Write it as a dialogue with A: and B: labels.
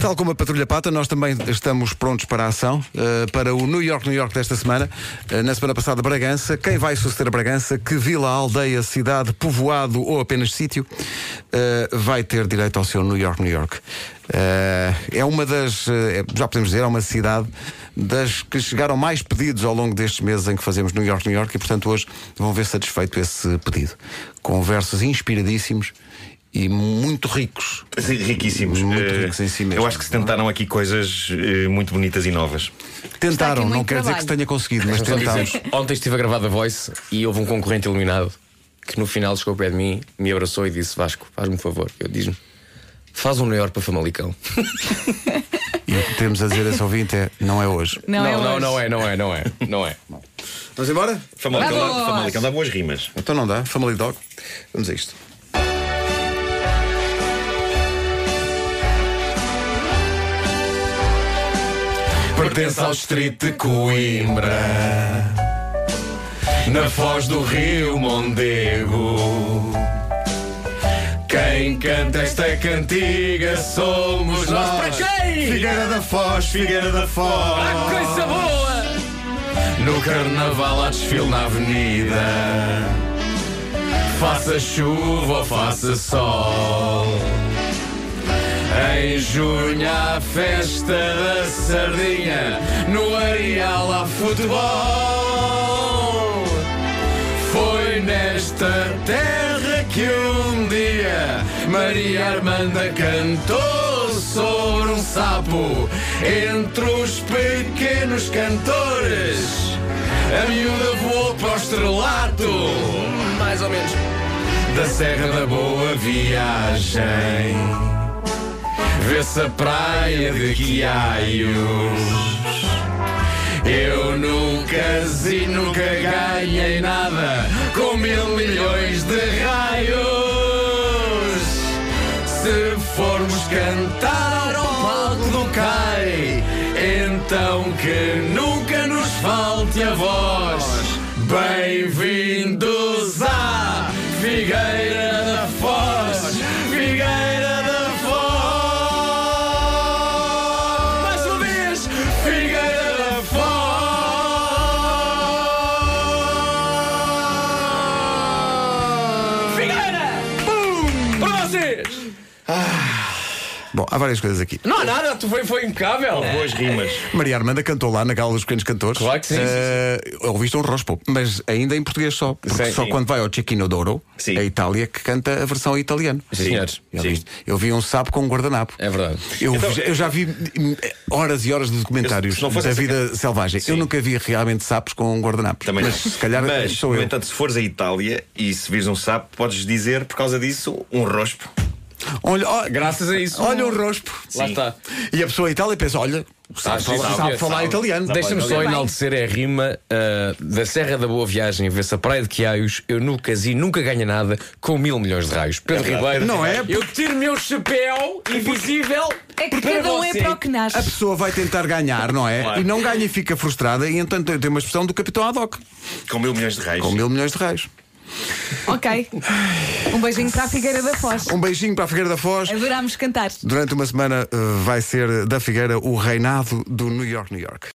A: Tal como a Patrulha Pata, nós também estamos prontos para a ação, eh, para o New York, New York desta semana. Eh, na semana passada, Bragança. Quem vai suceder a Bragança? Que vila, aldeia, cidade, povoado ou apenas sítio eh, vai ter direito ao seu New York, New York? Eh, é uma das, eh, já podemos dizer, é uma cidade das que chegaram mais pedidos ao longo destes meses em que fazemos New York, New York e, portanto, hoje vão ver satisfeito esse pedido. Com versos inspiradíssimos e muito ricos.
B: Sim, Riquíssimos.
A: Muito
B: Eh,
A: ricos em si mesmo.
B: Eu acho que se tentaram aqui coisas eh, muito bonitas e novas.
A: Tentaram,
C: muito
A: não quer dizer
C: trabalho.
A: que se tenha conseguido, mas
D: Só dizer,
A: tentámos.
D: Ontem estive a gravar The Voice e houve um concorrente eliminado que no final chegou ao pé de mim, me abraçou e disse: Vasco, faz-me um favor. Eu diz-me: faz um New York para Famalicão.
A: E o que temos a dizer a esse ouvinte é: não é hoje.
C: Não, é
D: não, não,
C: hoje.
D: não é, não é, não é. Não é.
A: Vamos embora?
B: Famalicão dá,
C: Vamos!
B: Famalicão dá boas rimas.
A: Então não dá, Family Dog. Vamos a isto.
D: Pertence ao distrito de Coimbra, na foz do rio Mondego. Quem canta esta cantiga somos nós.
A: Figueira da Foz, Figueira da Foz.
C: é
D: Coisa boa! No carnaval há desfile na avenida. Faça chuva ou faça sol. Em junho há festa da sardinha. No areal há futebol. Foi nesta terra que um dia Maria Armanda cantou sobre um sapo. Entre os pequenos cantores, a miúda voou para o estrelato. Mais ou menos. Da Serra da Boa Viagem, vê-se a praia de Guiaios. Eu nunca e nunca ganhei nada com mil milhões de raios. Se formos cantar ao palco do CAI, então que nunca nos falte a voz. Bem-vindos à Figueira da Foz. Figueira da Foz. Mais uma vez, Figueira da Foz. Figueira! Pum! Para vocês!
A: Bom, há várias coisas aqui.
D: Não há nada, tu foi, foi impecável.
B: Boas rimas.
A: Maria Armanda cantou lá na Gala dos Pequenos Cantores.
D: Claro que sim,
A: Eh, Ouviste um rospo, mas ainda em português só. Porque
D: Sim.
A: só
B: Sim.
A: quando vai ao Cecchino d'Oro, é
B: Sim.
A: a Itália, que canta a versão italiana.
D: Sim, senhores.
A: Já
B: Sim.
A: viste? Eu vi um sapo com um guardanapo.
D: É verdade.
A: Eu,
B: Então-
A: vi- eu já vi hum, horas e horas de documentários
B: Se não fosse
A: da
B: essa
A: vida selvagem. Eu
B: Sim.
A: nunca vi realmente sapos com guardanapos.
B: Também
A: mas
B: não.
A: se calhar
B: Mas,
A: sou
B: no
A: eu.
B: entanto, se fores à Itália e se vires um sapo, podes dizer, por causa disso, um rospo.
A: Olha, ó-
D: Graças a isso.
A: olha o rospo.
D: Lá está.
A: E a pessoa em Itália pensa: olha, sabe,
D: Sabe,
A: falar,
D: sabe,
A: sabe
D: sabe.
A: falar italiano.
D: Deixa-me
C: Olha
D: só
C: bem.
D: enaltecer a rima ah, da Serra da Boa Viagem, vê-se a Praia de Quiaios, eu nunca e nunca ganha nada com mil milhões de raios. Pedro Ribeiro,
A: Não é?
D: Eu tiro meu chapéu invisível.
C: É que
D: para
C: cada um é
D: você.
C: para o que nasce.
A: A pessoa vai tentar ganhar, não é?
B: Claro.
A: E não ganha e fica frustrada. E então tem uma expressão do Capitão Haddock
B: Com mil milhões de raios.
A: com mil milhões de reais.
C: Ok. Um beijinho para a Figueira da Foz.
A: Um beijinho para a Figueira da Foz.
C: Adorámos cantar.
A: Durante uma semana eh, vai ser da Figueira o reinado do New York, New York.